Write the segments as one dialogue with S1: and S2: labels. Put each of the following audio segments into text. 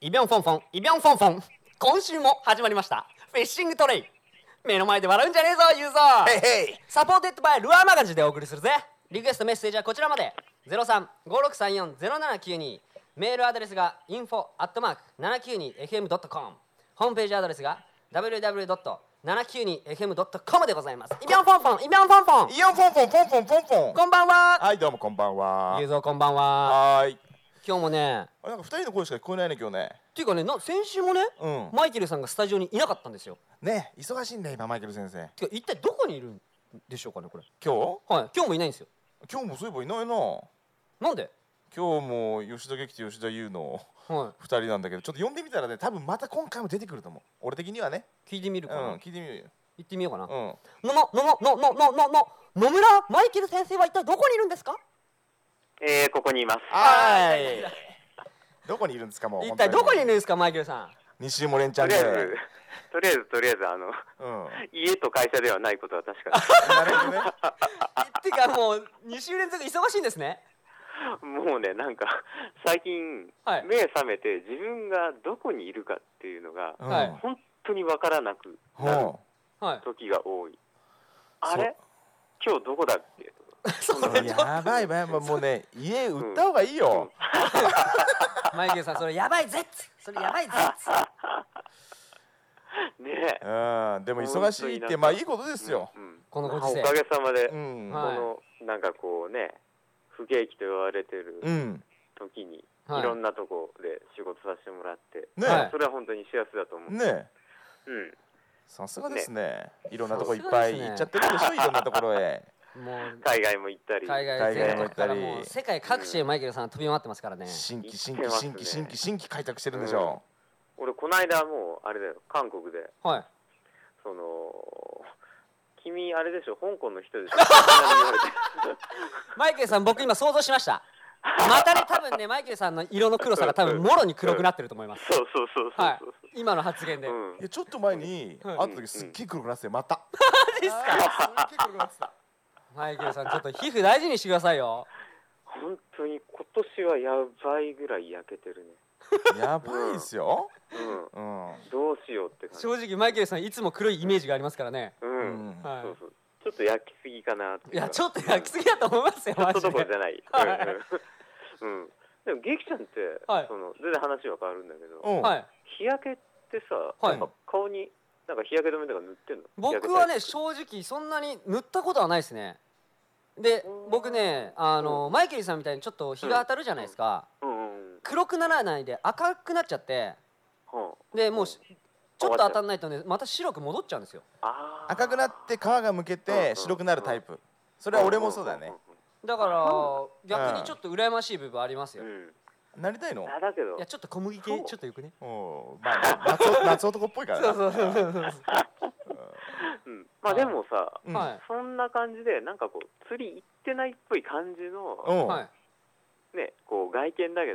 S1: イビョンフォンフォンイビョンフォンフォン今週も始まりましたフィッシングトレイ目の前で笑うんじゃねえぞユーザー
S2: ヘイヘイ
S1: サポーテッドバイルアーマガジンでお送りするぜリクエストメッセージはこちらまで0356340792メールアドレスが info.792fm.com ホームページアドレスが www.792fm.com でございますイビョンフォンフォンイビョンフォンフォン
S2: イオンポンポンポンポンポンポン
S1: こんばんは
S2: はいどうもこんばんは
S1: ユーザーこんばんは
S2: はーい
S1: 今日もね
S2: あなんか二人の声しか聞こえないね今日ね
S1: っていうかねな先週もね、
S2: うん
S1: マイケルさんがスタジオにいなかったんですよ
S2: ね忙しいんだよ今マイケル先生
S1: てか一体どこにいるんでしょうかねこれ
S2: 今
S1: はい今日もいないんですよ
S2: 日今日もそういえばいないな今
S1: なんで
S2: 日も吉田劇と吉田優の
S1: は
S2: 二人なんだけどちょっと呼んでみたらね多分また今回も出てくると思う俺的にはね
S1: い聞いてみる
S2: うん
S1: かな、
S2: 聞いてみる
S1: 行ってみようかな、
S2: よ
S1: のののののののの野村マイケル先生は一体どこにいるんですか
S3: えー、ここにいます。
S2: はうんどこにいるんですかもう
S1: 一体どこにい
S2: 本
S1: るんですかマイケルさん
S2: 当に西森ちゃ
S3: と
S2: ん
S3: り
S2: で
S3: あえず、 とりあえず、とりあえず、あの、
S2: うん
S3: 家と会社ではないことは確かで
S2: なるほどね
S1: てかもう2週連続忙しいんですね
S3: す。もうね、なんか、最近、
S1: はい
S3: 目覚めて、自分がどこにいるかっていうのが、
S2: うん
S1: はい
S3: 本当にわからなくなる
S2: ほ
S1: はい
S3: 時が多い。あれ今日どこだっけ
S1: そうれちょっと
S2: やばいやばいもうね家売った方がいいよ
S1: マイケルさんそれやばいぜっつそれやばいぜっつ
S3: ねえ。
S2: うんでも忙しいってまあいいことですよ。
S3: うん
S1: このご
S3: まあお
S1: 時世
S3: かげさまで、
S2: う
S3: こ
S2: ん。
S1: はい
S3: の、なんかこうね、不景気と言われてる
S2: うん。
S3: 時に、
S1: はい
S3: いろんなとこで仕事させてもらって、
S2: ね
S1: はい
S3: それは本当に幸せだと思う。
S2: ねえ。
S3: うん。
S2: さすがですね。いろんなとこいっぱい行っちゃってるでしょ。いろんなところへ。
S1: もう
S3: 海外も行ったり。
S1: 海外
S2: 海
S1: 全
S2: 外
S1: 国
S2: も行っ
S1: か
S2: た
S1: ら
S2: り
S1: もう世界各地へマイケルさん飛び回ってますからね
S2: 新規新
S3: 行
S2: 規
S3: ってます
S2: 新
S3: ね
S2: 規新規新規開拓してるんでしょ。
S3: 俺、この間もう、あれだよ、韓国で、
S1: はい
S3: その、君、あれでしょ、香港の 人でしょ。そんなに言われて
S1: マイケルさん僕今想像しましたまたね多分ねマイケルさんの色の黒さが多分もろに黒くなってると思います
S3: そうそうそうそうそう。
S1: はい今の発言で
S3: うん
S2: いやちょっと前に
S1: はい
S2: 会った時すっげえ黒くなってたよまた。
S1: ですか
S2: あーすっげえ黒くなってた。
S1: マイケルさんちょっと皮膚大事にしてくださいよ
S3: 本当に今年はやばいぐらい焼けてるね。
S2: やばいですよ。
S3: うん。
S2: うん。
S3: どうしようって感じ。
S1: 正直マイケルさんいつも黒いイメージがありますからね
S3: う。
S2: うんん。
S1: は
S3: そうそう。ちょっと焼きすぎかなって
S1: いやちょっと焼きすぎだと思いますよ
S3: ちょ
S1: マ
S3: っと
S1: ジで
S3: どころじゃない。うんうん。 うんでも、劇ちゃんって
S1: はい、
S3: その、全然話は変わるんだけど、
S2: うん。
S1: はい
S3: 日焼けってさ、
S1: はい
S3: なんか顔になんか日焼け止めとか塗ってんの
S1: 僕はね
S3: 日焼け
S1: 正直そんなに塗ったことはないですねで僕ねあのマイケルさんみたいにちょっと日が当たるじゃないですか
S3: 対策うんうんうん
S1: 黒くならないで赤くなっちゃって
S3: は
S1: でもうしちょっと当たんないとねまた白く戻っちゃうんですよ
S3: ああー
S2: 赤くなって皮がむけて白くなるタイプ。それは俺もそうだね。
S1: だから逆にちょっと羨ましい部分あります
S3: う
S1: よ
S3: んう
S1: い
S3: んうん
S2: なりたいの
S3: うん。あだけど
S1: やちょっと小麦系ちょっとよくね
S2: おまあ夏男夏男っぽいから
S1: そ
S2: ね。
S1: うそうそうそうそう
S3: うんまあでもさ
S2: うん
S1: はい
S3: そんな感じでなんかこう釣り行ってないっぽい感じの
S2: うん。
S1: はい
S3: ねこう外見だけ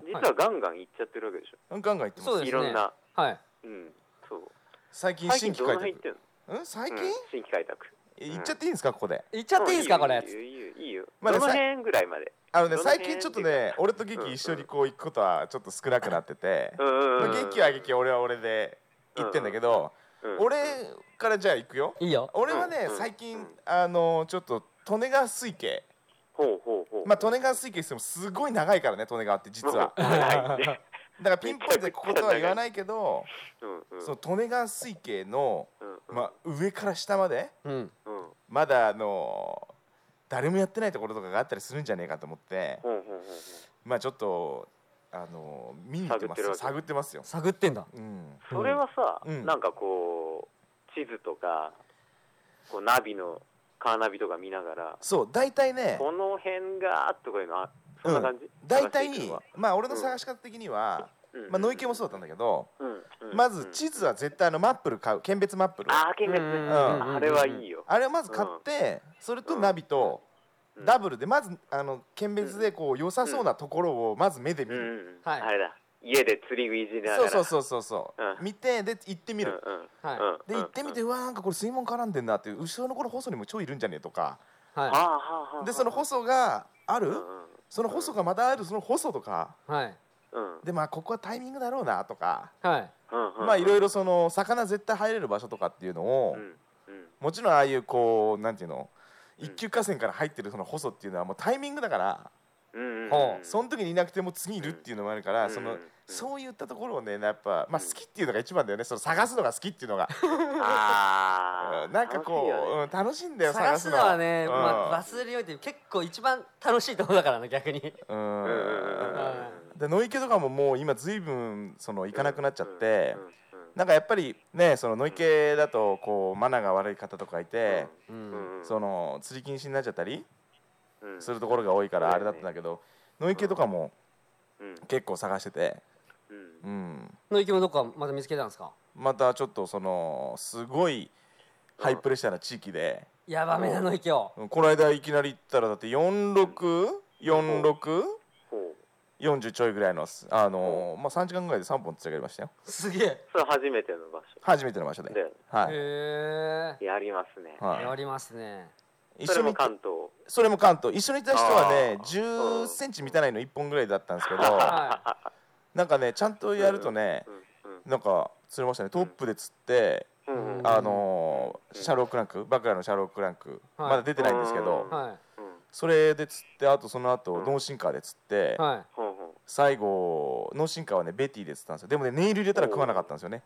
S2: うん。
S3: 実はガンガン行っちゃってるわけでしょ
S2: ガンガン行ってます
S1: そうですね
S3: いろんな
S1: はい
S3: うんそう
S2: 最近
S3: 最
S2: 新
S3: 近
S2: 規
S3: どの
S2: 開
S3: 辺行
S2: 拓
S3: ってんの
S2: うん最近
S3: うん新規開拓
S2: え行っちゃっていいんですかここで
S1: いっちゃっていいですかこれ
S3: いいよいいよいいよ
S2: まあね
S3: どの辺ぐらいまで
S2: あのね
S3: どの
S2: 最
S3: 辺
S2: 近ちょっとね俺と劇一緒にこう行くことはちょっと少なくなってて
S3: うんうんうん
S2: 劇は劇俺は俺で行ってんだけど
S3: うん
S2: 俺からじゃあ行くよ
S1: いいよ
S2: 俺はね
S3: うん
S2: 最近
S3: うん
S2: あのちょっと利根川水系
S3: ほうほうほう
S2: まあ利根川水系してもすごい長いからね利根川って実 はだか
S3: はいね
S2: らピンポイントでこことは言わないけど
S3: うんうん
S2: その利根川水系の
S3: うんうん
S2: まあ上から下まで
S1: うん
S3: うん
S2: まだあの誰もやってないところとかがあったりするんじゃねえかと思って
S3: ほうほうほうほう
S2: まあちょっとあの見に行ってますよ探
S3: 探
S2: ってますよ、
S1: 探ってんだ
S2: うん、
S3: それはさ、
S2: うん
S3: なんかこう地図とかこうナビのカーナビとか見ながら
S2: そう大体ね
S3: この辺がとかいうのあそんな感じ、
S2: 大体
S3: 探していくのは
S2: まあ俺の探し方的には、
S3: うん
S2: まあ、野池もそうだったんだけど、
S3: うんうん
S2: まず地図は絶対あのマップル買う県別マップル
S3: ああ見学ね、
S1: うん
S3: あれはいいよ、
S2: あれをまず買って、それとナビと
S3: うん
S2: ダブルでまずあの県別でこう良さそうなところをまず目で見
S3: うん
S2: る、
S3: うん
S1: はい
S3: あれだ家で釣り食いしなが
S2: そう
S3: ら
S2: そう
S3: う
S2: そうそうそう、
S3: うん
S2: 見てで行ってみる、
S3: んうん
S1: はい
S3: うん
S2: で行ってみて、
S3: うん
S2: うわーなんかこれ水門絡んでんなっていう後ろのこの細にも超いるんじゃねえとか
S3: は
S1: は
S3: あはあはあ
S2: でその細がある、
S3: うんうん
S2: その細がまたあるその細とか
S1: いはい
S3: うん
S2: でまあここはタイミングだろうなとか、
S1: はい
S3: ま
S2: まあいろ
S3: い
S2: いろその魚絶対入れる場所とかっていうのを、
S3: うんうん
S2: もちろんああいうこうなんていうの
S3: うん
S2: 一級河川から入ってるその細っていうのはもうタイミングだから、
S3: うんう
S2: う
S3: ん
S2: ん
S3: うん
S2: その時にいなくても次いるっていうのもあるから、
S3: うん
S2: そ
S3: うん
S2: の
S3: うん
S2: そういったところをねやっぱ、まあ、
S3: うん
S2: 好きっていうのが一番だよねその探すのが好きっていうのが、
S3: あ
S2: う
S3: ー
S2: んなんかこ
S3: 楽しいよね
S2: ううん楽しいんだよ
S1: 探
S2: 探
S1: す
S2: す
S1: の
S2: の
S1: はね、
S2: うん
S1: まあ、忘れようっていう結構一番楽しいところだからな逆に
S2: うん
S3: うんうんうんうん
S1: は
S2: でノイケとかももう今ずいぶんその行かなくなっちゃって、
S3: うんうん
S2: なんかやっぱりねそのノイケだとこうマナーが悪い方とかいて、
S1: うん
S3: うん
S2: その釣り禁止になっちゃったり
S3: うん
S2: するところが多いからあれだったんだけど、ノイケとかも
S3: うん
S2: 結構探してて、
S3: うん
S2: うん、
S1: の生き物どこかまた見つけたんですか
S2: またちょっとそのすごいハイプレッシャーな地域で、
S1: ヤバめなの生きを
S2: この間いきなり行ったらだって464640
S3: ほう
S2: ちょいぐらいのあの、まあ、3時間ぐらいで3本釣り上げましたよ
S1: すげえ
S3: それは初めての場
S2: 初めての場所
S3: 所
S2: で。
S3: で
S2: はい
S1: へ
S3: やりますね
S1: えや
S2: は
S1: りますね
S2: い、一
S3: そ
S2: 緒
S3: れ
S2: に
S3: も関東
S2: それも関東一緒にいた人はね
S3: あー
S2: 10センチ満たないの1本ぐらいだったんですけど
S1: は
S2: なんかねちゃんとやるとね
S3: うんうん
S2: なんか釣れましたねトップで釣って、
S3: うんうん
S2: あのー
S3: うん
S2: シャーロックランクバクラのシャーロックランク、
S1: はい
S2: まだ出てないんですけど
S1: いは
S3: うん
S2: それで釣ってあとその後
S3: うん
S2: ノーシンカーで釣って
S1: いは
S3: ほうほう
S2: 最後ノーシンカーはねベティで釣ったんですよでもねネイル入れたら食わなかったんですよね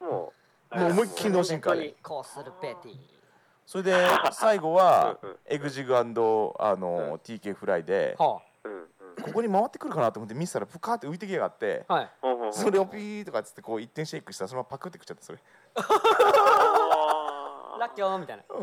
S3: もう
S2: もう思いっきり脳神経
S1: い
S2: で
S1: こうするベティ
S2: それで最後は
S3: うんうん
S2: エグジグあの
S3: うん
S2: ー TK フライで
S1: は
S3: うんうん
S2: ここに回ってくるかなと思って見てたらプカーって浮いてきやがって
S1: あはい
S3: ほうほうほう
S2: それをピーとかっつってこう一点シェイクしたらそのままパクって食っちゃったそれ、
S3: あー
S1: ラッキョーみたいな
S3: うん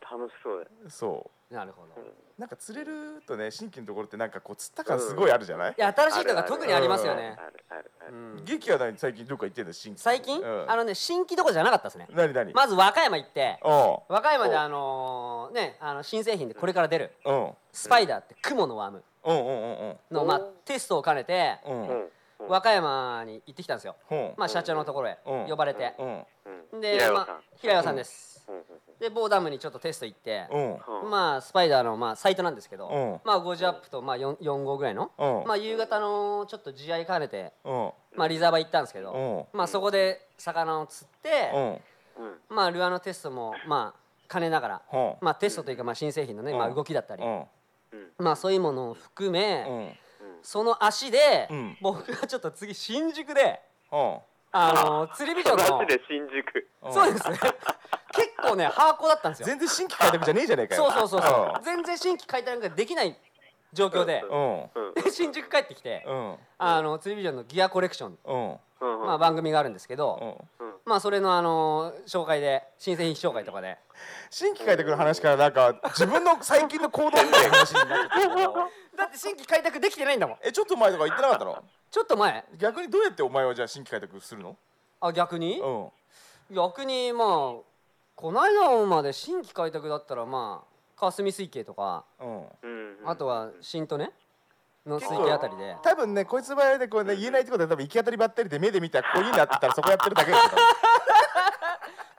S3: 楽しそうだよ
S2: うん、そ
S1: なるほど
S2: うなんか釣れるとね新規のところってなんかこう釣った感すごいあるじゃない
S1: い、や新しいとか特にありますよね
S3: あるあるあ
S1: う
S3: る
S1: ん
S2: 劇は何最近どっか行ってんだ新規
S1: 最近
S2: うん、
S1: あのね新規どころじゃなかったですね
S2: 何何、
S1: まず和歌山行って
S2: お
S1: 和歌山で
S3: お
S1: あのーねあの新製品でこれから出る
S2: うんうん
S1: スパイダーって雲のワーム
S2: うんうんうん
S1: のまあ
S3: おー
S1: テストを兼ねて
S2: うんうん
S3: うんうん
S1: 和歌山に行ってきたんですよ
S2: うん
S1: まあ社長のところへ
S2: うん
S1: 呼ばれて
S2: うん
S3: うん
S1: で
S3: 平
S1: ま
S3: 山さん
S1: あ平岩さんです
S3: うんうん
S1: でボーダムにちょっとテスト行って
S2: うん
S3: うん
S1: まあスパイダーのまあサイトなんですけど
S2: う
S1: まあ5時アップとまあ 4, 4号ぐらいの
S2: うん
S1: まあ夕方のちょっと試合兼ねて
S2: うん
S1: まあリザーバ行ったんですけ
S2: う
S1: ど
S2: ん
S1: まあそこで魚を釣って
S2: うん
S3: うん
S1: まあルアーのテストもまあ兼ねながら
S2: うん
S1: まあテストというかまあ新製品のね
S2: うん
S1: まあ動きだったり
S2: うん
S3: うん
S1: まあそういうものを含め、
S2: うんうん
S1: その足で、
S2: うん
S1: 僕はちょっと次新宿で
S2: うん
S1: あの釣りビジョンの
S3: マジで新宿
S1: そうですね結構ねハーコだったんですよ
S2: 全然新規開拓じゃねえじゃねえか
S1: そ
S2: よ
S1: うそうそうそう全然新規開拓なんかできない状況で
S3: う
S2: うん
S3: うん
S1: で新宿帰ってきて
S2: うん
S1: あの釣りビジョンのギアコレクション、
S2: うん
S3: うんうん
S1: まあ、番組があるんですけ
S2: う
S1: ど、
S2: ん
S3: うん
S1: まあそれのあの紹介で新製品紹介とかで
S2: 新規開拓の話からなんか自分の最近の行動みたいな話になってきたけど
S1: だって新規開拓できてないんだもん
S2: えちょっと前とか言ってなかったの
S1: ちょっと前
S2: 逆にどうやってお前はじゃあ新規開拓するの
S1: あ逆に、
S2: う
S1: 逆にまあこないだまで新規開拓だったらまあ霞水系とか
S2: んうん
S3: うんうん
S1: あとは新都ねの水
S2: 結構
S1: 系あたりで
S2: 多分ねこいつの場合でこうね言えないってことは多分行き当たりばったりで目で見たらここいいなって言ったらそこやってるだけですけど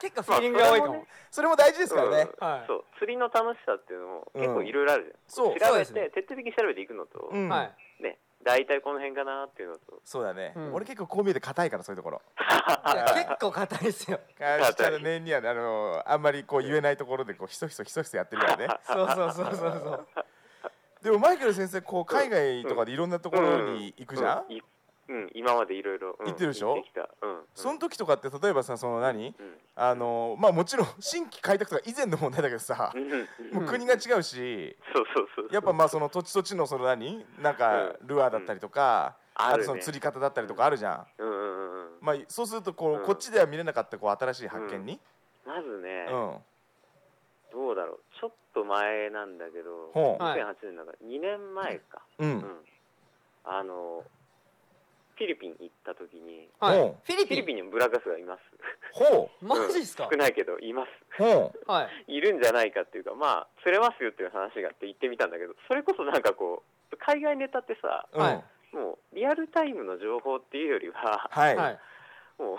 S1: 結構フィーリングが多いかも、
S2: それも大事ですからね
S3: うん
S1: はい
S3: そう釣りの楽しさっていうのも結構いろいろあるじゃん、
S2: そう
S3: 調
S1: そう
S3: べ
S1: です
S3: て、
S1: ね
S3: 徹底的に調べていくのと、
S2: うん
S1: はい
S3: ね大体この辺かなっていうのと
S2: そうだね
S1: うん
S2: 俺結構こう見えて硬いからそういうところ
S1: いや結構硬いですよ
S2: からしちゃう年にはねあのあんまりこう言えないところでこうひそひそひそひそやってるからね
S1: そうそうそうそうそう
S2: でもマイケル先生こう海外とかでいろんなところに行くじゃん
S3: ういうん今までいろいろ
S2: 行ってるでしょ
S3: 行ってきたうん
S2: その時とかって例えばさその何
S3: うん
S2: あのまあもちろん 新規開拓とか以前の問題だけどさ
S3: うんうん
S2: もう国が違うし
S3: そうそうそう
S2: やっぱまあその土地土地のその何なんかルアーだったりとか、
S3: うん
S2: あ
S3: ある
S2: と
S3: ね
S2: その釣り方だったりとかあるじゃん、
S3: うんうんうんうん
S2: まあ、そうするとこう、
S3: うん
S2: こっちでは見れなかったこう新しい発見に、
S3: まずね、
S2: うん
S3: どうだろうちょっと前なんだけど
S2: ほう
S1: はい
S3: 2008年だから2年前か、
S2: うん
S3: うんあのフィリピン行った時に
S1: はい
S2: うん
S1: フィリ
S3: フィ
S1: ピ
S3: リ
S1: ン
S3: ピンにもブラガスがいます
S2: ほ
S1: マジっすか
S3: 少ないけどいま
S2: う
S3: す
S2: ほう
S1: はい
S3: いるんじゃないかっていうかまあ釣れますよっていう話があって行ってみたんだけどそれこそなんかこう海外ネタってさ
S2: うん
S1: はい
S3: もうリアルタイムの情報っていうよりは
S2: はい、
S1: はい
S3: もう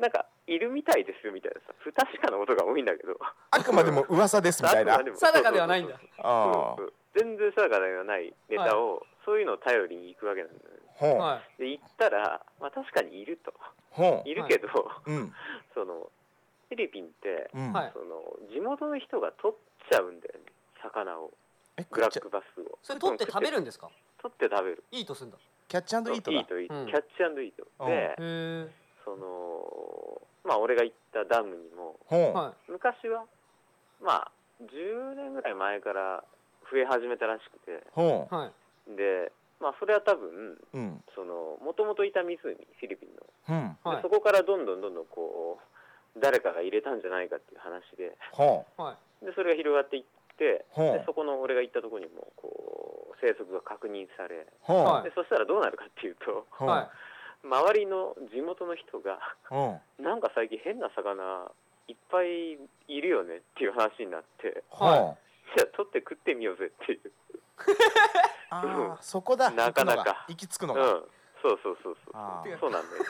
S3: なんかいるみたいですよみたいなさ不確かなことが多いんだけど
S2: あくまでも 噂ですみたいな
S3: あくまでも
S1: 定かではないんだ
S3: そう
S2: あ
S3: そうそう全然定かではないネタを、そういうのを頼りに行くわけなんだよね
S2: ほう、
S1: は
S3: で行ったら、まあ、確かにいると
S2: ほ
S3: いるけど、
S2: う、うん、
S3: そのフィリピンって、
S2: うん、
S1: はい
S3: その地元の人が取っちゃうんだよね魚を
S2: え
S3: ブ
S2: キャ
S3: ラ
S2: ッチ
S3: ックバスを
S1: い。それ取って食べるんですか？
S3: 取って食べる
S1: いいとすんだ。
S2: キャッチアンドイ
S3: い
S2: ー
S3: い
S2: ト
S3: と
S2: だ
S3: いいといいと
S1: うん
S3: キャッチアンドイートで
S1: へえ。
S3: そのまあ俺が行ったダムにも
S2: ほう、
S1: は
S3: 昔はまあ10年ぐらい前から増え始めたらしくて
S2: ほ
S1: いはい。
S3: でまあそれは多分
S2: う、うん、
S3: そのもともといた湖フィリピンの
S2: うん、
S1: は
S3: で
S1: い
S3: そこからどんどんどんどんこう誰かが入れたんじゃないかっていう話で
S2: ほう、
S1: はい。
S3: でそれが広がっていって
S2: ほ
S3: で
S2: う
S3: そ、この俺が行ったところにもこう生息が確認され
S2: ほう、
S1: は
S3: でそしたらどうなるかっていうと
S2: ほう、
S1: は
S3: 周りの地元の人が
S2: ほ
S3: なんか最近変な魚いっぱいいるよねっていう話になって
S2: う、ほう、
S3: じゃあ取って食ってみようぜっていう、
S2: あ
S3: う
S2: あ、そこだ、
S3: なかなか
S2: 行き着く
S3: う
S2: の
S3: ん
S2: が、行き着くのが、
S3: そうそうそうそう
S2: あー
S3: そうなんだよ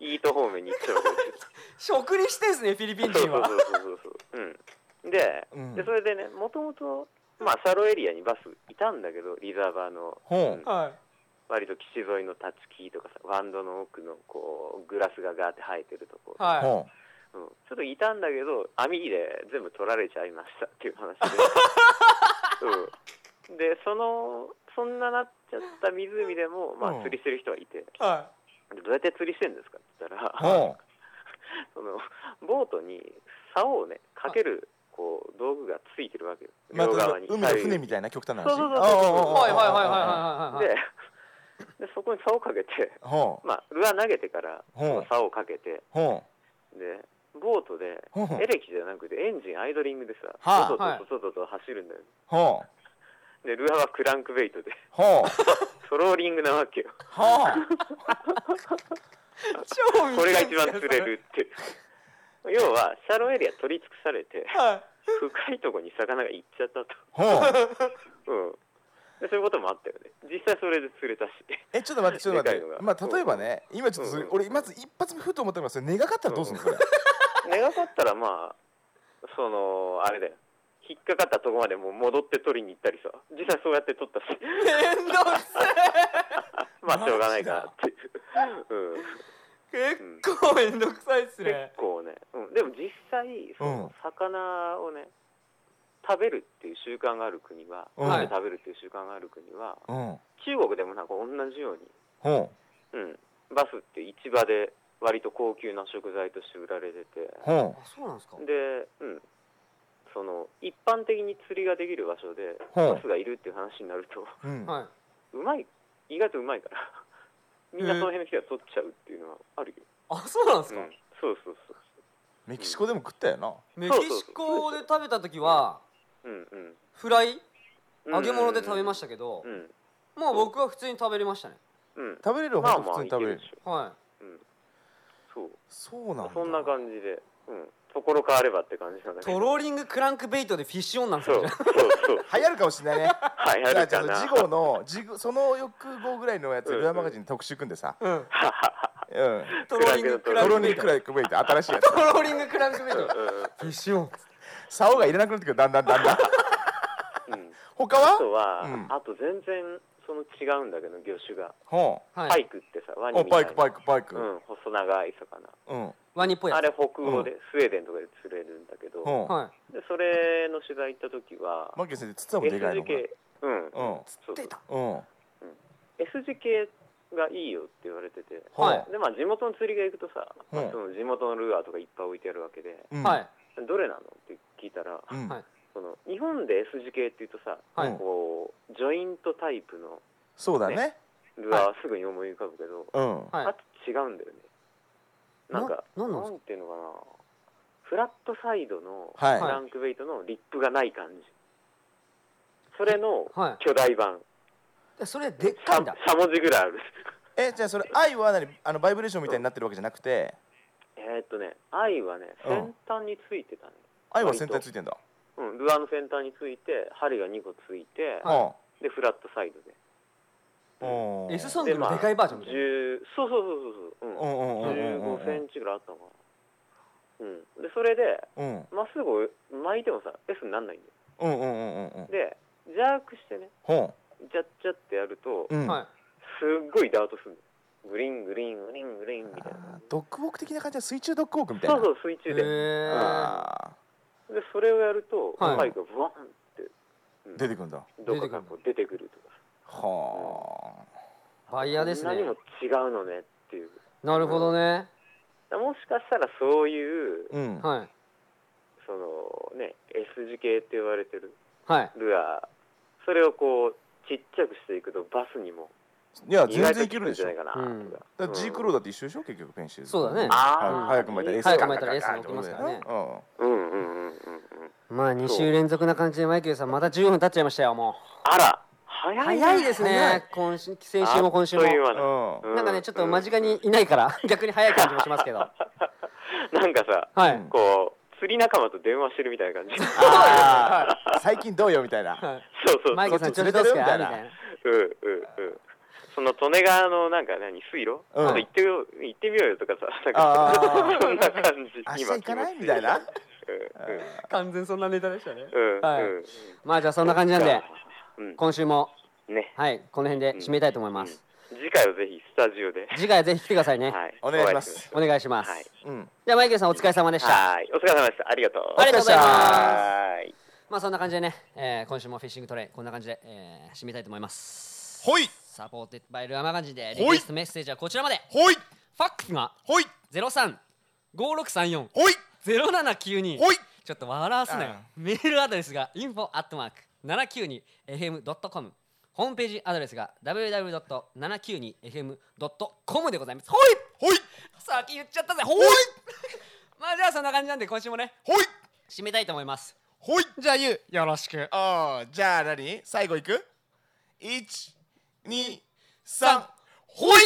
S3: イート方面に行っちゃうわけですよ
S1: い。食にしてんですねフィリピン人は。
S3: そうそうそうそうそう、うん、で
S2: うん
S3: でそれでねもともとまあシャローエリアにバスいたんだけどリザーバーの
S2: ほ
S3: うん
S2: う、
S1: は
S3: 割と岸沿いの立ち木とかさワンドの奥のこうグラスがガーって生えてるとこ
S1: いは
S2: ほ
S3: うん、ちょっといたんだけど網で全部取られちゃいましたっていう話 で、うん、でそのそんななっちゃった湖でも、ま
S2: う
S3: あ、
S2: ん
S3: 釣りしてる人はいて、
S1: いは
S3: でどうやって釣りしてるんですかって言ったら
S2: う、、ほ
S3: そのボートに竿をねかけるこう道具がついてるわけよ
S2: う、ま
S3: 両側
S2: た
S3: に、
S2: 海の
S3: 左右
S2: 船
S3: に
S2: みたいな極端な話、
S3: そうそうそう
S2: あー
S1: い。
S3: そう
S1: はいはいはいはいはいはいはい。
S3: ででそこに竿をかけて、
S2: ほう、
S3: まあ、ルアー投げてから
S2: ほう、
S3: 竿をかけて
S2: ほ
S3: でボートで
S2: う、ほう
S3: エ、レキじゃなくてエンジンアイドリングでさ、
S2: はい
S3: トトトトトト走るんだよ。
S2: ほう、
S3: で、ルアーはクランクベイトで、
S2: ほう、
S3: トローリングなわけよ。
S2: ほ
S1: 超見てんじゃん
S3: これが一番釣れ。るって いう。要は、シャローエリア取り尽くさ れて、
S1: それはい。
S3: 深いとこに魚が行っちゃったと。
S2: う、ほう。
S3: うん。でそういうこともあったよね。実際それで釣 れたし。
S2: えちょっと待ってちょっと待っ
S3: でかいの
S2: て
S3: が
S2: まあ例えばね今ちょっとそれ
S3: うん
S2: 俺まず一発目ふと思ったのがそれ願かったらどうするのそれ
S3: 長かったらまあ、その、あれだよ。引っかかったとこまでもう戻って取りに行ったりさ。実際そうやって 取ったし、
S1: めんどくせ
S3: まあしょうがないかなっていう。うん。
S1: え。結構めんどくさいっす
S3: 結
S1: ね。
S3: 構ね、うん、でも実際その魚をね食べるっていう習慣がある国は、
S2: うん
S1: はい
S3: 手で食べるっていう習慣がある国は
S2: うん
S3: 中国でもなんか同じように、
S2: ほ
S3: うん、バスって市場で割と高級な食材として売られてて
S2: うほ
S1: あそうなんですか。
S3: で、うん、その一般的に釣りができる場所で
S2: ほう
S3: バスがいるっていう話になると
S2: ううん
S1: はいう
S3: まい意外とうまいからみんなその辺の人は取っちゃうっていうのはあるよ、
S1: あそうなんです
S3: う
S1: か
S3: ん。、そうそうそう
S2: メキシコでも食ったよな
S1: メキシコで食べた時は
S3: うんうん
S1: フライ揚げ物で食べました
S3: け
S1: けど
S3: う、ん
S1: まあ僕は普通に食べれましたね。
S3: うん
S2: 食べれる
S3: まあ
S2: ほん
S3: ま
S2: と普
S3: あ
S2: 通
S3: い
S2: に食べれ
S3: け
S2: る
S3: るでしょ
S1: は
S3: うんそう
S2: そうなんだ
S3: そんな感じでうんところ変わればって感じなんだ
S1: い。
S3: けど
S1: トローリングクランクベイトでフィッシュオンなんです
S3: そうそう
S1: よ。
S3: そう
S2: 流行るかもしれないね
S3: は
S2: じ
S3: いや
S2: ゃ
S3: る
S2: あちょ
S3: か
S2: っと
S3: な
S2: 次号の次号その翌号ぐらいのやつ
S3: うん
S2: ルアーマガジンに特集組んでさ
S1: うん。
S3: はは
S2: うん
S1: トローリングク
S2: ト
S1: ラン
S2: ロ
S1: ク
S2: ニ
S1: ベイ
S2: ー
S1: ト
S2: く。らい組めて新しいやつ
S1: トローリングクランクベイト。
S3: は
S1: フィッシュオン。
S2: 竿がいらなくなってくるだんだんだんだん
S3: うんうん
S2: 他
S3: あ
S2: は
S3: とは
S2: うん
S3: あと全然その違うんだけど魚種が
S2: ほう
S1: は
S3: パイ
S1: い。
S3: クってさワニ
S2: あ
S3: みた
S2: パ
S3: い
S2: イ
S3: な
S2: クパイクパイ
S3: う
S2: ク
S3: ん細長い魚
S2: うん
S1: ワニっぽいや
S3: あ
S1: つ。
S3: れ北欧でスウェーデンとかで釣れるんだけど
S2: ほう
S1: は
S3: でそれの取材行った時は
S2: マッキー先生つつはも
S3: S
S2: でかい
S3: 字
S2: の
S3: 系うん
S2: こ
S1: い。
S3: そうそう
S1: 出た。
S2: れうんうん
S3: S 字系がいいよって言われてて
S1: は
S2: ほ
S1: い。
S3: でまあ地元の釣りが行くとさ、まあ
S2: うん
S3: その地元のルアーとかいっぱい置いてあるわけで
S2: うん
S1: はい。
S3: どれなのって聞いたら、
S2: うん
S1: はい
S3: その日本で S 字系っていうとさ、
S1: はい
S3: こうジョイントタイプの
S2: そうだね
S3: ねルアーはすぐに思い浮かぶけど、
S2: うん
S1: はい。
S3: あと違うんだよねなんか
S1: ななんなん
S3: な
S1: です
S3: んていうのかなフラットサイドの
S2: はい
S3: クランクベイトのリップがない感じ、それの
S1: は
S3: 巨大版
S1: い。それでっかいんだ。
S3: 3文字ぐらいある
S2: えじゃあそれ愛は何あのバイブレーションみたいになってるわけじゃなくて
S3: えーっとね愛はね
S2: うん
S3: 先端についてたね、
S2: 愛は先端ついてんだ
S3: うん、ルアーの先端について針が2個ついて、
S1: は
S2: は
S3: でフラットサイドで
S2: あうん
S1: S ソン
S3: で
S1: グのでかいバージョンみたいな。
S3: 10そうそうそうそ
S2: う、ん
S3: うそう
S2: うん
S3: う、
S2: うんんうん
S3: 15センチぐらいあったのかな、うん、でそれで
S2: うん
S3: まっすぐ巻いてもさ S になんないんだよ
S2: うんうんうんうんうん
S3: で邪悪してね
S2: ほ
S3: ジャッジャってやると、
S2: うん
S1: はい
S3: すっごいダートするのグリーングリーングリーングリーンみたいな
S2: あードッグウォーク的な感じで水中ドッグウォークみたいな
S3: そうそう水中で、
S1: へー
S2: あ
S3: でそれをやると、
S1: はい
S3: バイクがブワンって、うん
S2: ー出てくんだ
S3: どっかからこう出てくるとか
S2: は
S1: バイヤーですね
S3: 何も違うのねっていう
S1: なるほどね
S3: だもしかしたらそういう
S2: あうん
S1: はい
S3: そのね S 字形って言われてる
S1: はい
S3: ルアーそれをこうちっちゃくしていくとバスにも
S2: いや
S3: 意
S2: 全
S3: 外と
S2: 然いけ
S3: 効
S2: る
S3: く
S2: で
S3: んじ
S2: しょ
S3: ゃな
S2: だ
S3: い
S2: か
S3: かな
S1: うん
S3: とから
S2: G クローだって一緒でしょ結局ペンシル
S1: そうだね
S3: あー
S2: 早く巻いたら S
S1: 早く巻いたら S が起きますからね
S2: うん
S3: うんうんうんうんうん
S1: まあ2週連続な感じでマイケルさんまた15分経っちゃいましたよも
S3: あら
S1: う
S3: 早いね
S1: 早いです
S2: 早い
S1: ね今週先週も今週も
S3: あっという間だ
S2: う
S3: うん
S1: なんかねちょっと間近にいないから 逆に早い感じもしますけど
S3: なんかさ、
S1: は
S2: う
S1: い
S2: ん
S3: こう釣り仲間と電話してるみたいな 感じ
S1: あ
S2: ん最近どうよみたいな
S1: はい
S3: そうそうそう
S1: マイケルさん調子どうですかみたいな
S3: うんうんうんその利根川のなんか何水路、
S2: うん
S3: なんか行ってみよう行ってみようよとかさなん
S2: あ
S3: か
S2: ー
S3: そんな感じ
S2: 明日行かない
S3: 今気持ち
S2: みたいな
S1: 完全そんなネタでしたね
S3: うんうん
S1: はい
S3: うん
S1: まあじゃあそんな感じなんで
S3: うん
S1: 今週も
S3: ね
S1: はいこの辺で締めたいと思います
S3: 次回はぜひスタジオで、
S1: 次回ぜひ来てくださいね
S3: はい
S2: お願いします
S1: お願いします
S3: はい
S2: うん
S1: じゃあマイケルさんお疲れ様でした
S3: はいお疲れ様でしたありがとう
S1: ありがとうございます
S3: はい
S1: まあそんな感じでね、えー今週もフィッシングトレイこんな感じで、えー締めたいと思います
S2: ほい
S1: サポーテッドバイルアマガジンで
S2: ほい
S1: リクエストメッセージはこちらまで
S2: ほい
S1: ファックスが
S2: ほい
S1: 035634
S2: ほい
S1: 0792
S2: ほい
S1: ちょっと笑わすなよ
S2: あ
S1: メールアドレスが info アットマーク 792fm.com ホームページアドレスが www.792fm.com でございますほい
S2: ほい
S1: 先言っちゃったぜほい
S2: い
S1: まあじゃあそんな感じなんで今週もね
S2: ほい
S1: 締めたいと思います
S2: ほい
S1: じゃあゆうよろしく
S2: あーじゃあ何最後いく ?123 ほい